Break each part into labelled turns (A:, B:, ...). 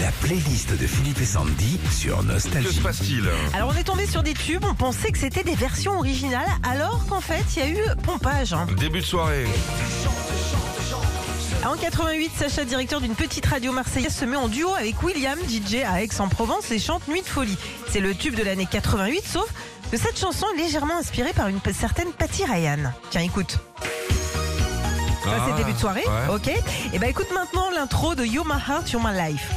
A: La playlist de Philippe et Sandy sur
B: Que
A: Nostalgie.
B: se passe-t-il
C: Alors on est tombé sur des tubes, on pensait que c'était des versions originales, alors qu'en fait il y a eu pompage. hein.
B: Début de soirée.
C: En 88, Sacha, directeur d'une petite radio marseillaise, se met en duo avec William, DJ à Aix-en-Provence, et chante Nuit de folie. C'est le tube de l'année 88, sauf que cette chanson est légèrement inspirée par une p- certaine Patty Ryan. Tiens, écoute. Ça,
B: Ah,
C: c'est début de soirée,
B: ouais.
C: ok. Et ben écoute maintenant l'intro de You're My Heart, You're My Life.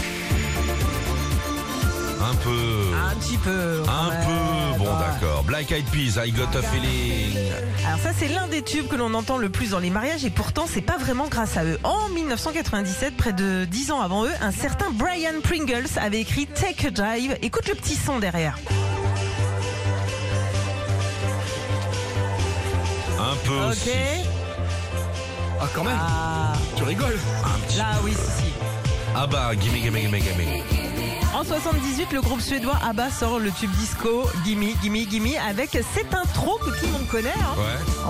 B: Un peu.
C: Un petit peu.
B: Un
C: ouais,
B: peu. Bon,
C: ouais.
B: d'accord. Black Eyed Peas, I Got a Feeling.
C: Alors ça c'est l'un des tubes que l'on entend le plus dans les mariages et pourtant c'est pas vraiment grâce à eux. En 1997, près de 10 ans avant eux, un certain Brian Pringles avait écrit Take a Drive. Écoute le petit son derrière.
B: Un peu
C: Ok.
B: aussi.
D: Ah quand même,
C: Ah,
D: tu rigoles
C: là oui si. si.
B: Ah bah, gimme, gimme, gimme, gimme.
C: En 78, le groupe suédois ABBA sort le tube disco Gimme Gimme Gimme avec cette intro que tout le monde connaît. hein.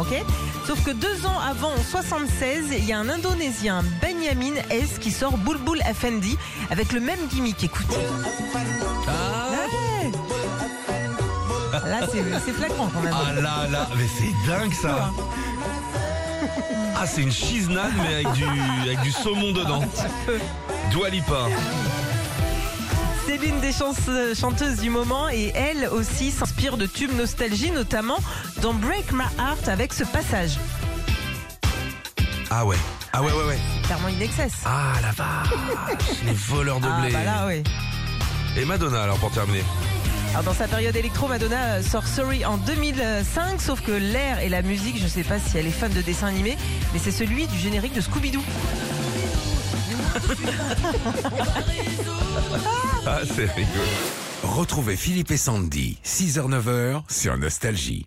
B: Ouais.
C: Ok. Sauf que deux ans avant, en 76, il y a un Indonésien, Benjamin S, qui sort Bulbul Effendi avec le même gimmick. Écoutez.
B: Ah.
C: Ouais. Là, c'est c'est flagrant quand même.
B: Ah là là, mais c'est dingue ça. Ah, c'est une chisnade, mais avec du, avec du saumon dedans. Doualipa.
C: C'est l'une des chans- euh, chanteuses du moment et elle aussi s'inspire de tubes nostalgie, notamment dans Break My Heart avec ce passage.
B: Ah ouais. Ah ouais, ouais, ouais.
C: Clairement in excess.
B: Ah la vache. Les voleurs de
C: Ah,
B: blé.
C: bah là, oui.
B: Et Madonna, alors, pour terminer.
C: Alors dans sa période électro, Madonna euh, sort Sorry en 2005, sauf que l'air et la musique, je ne sais pas si elle est fan de dessins animés, mais c'est celui du générique de Scooby-Doo.
B: Ah, c'est rigolo.
A: Ah, Retrouvez Philippe et Sandy, 6h-9h sur Nostalgie.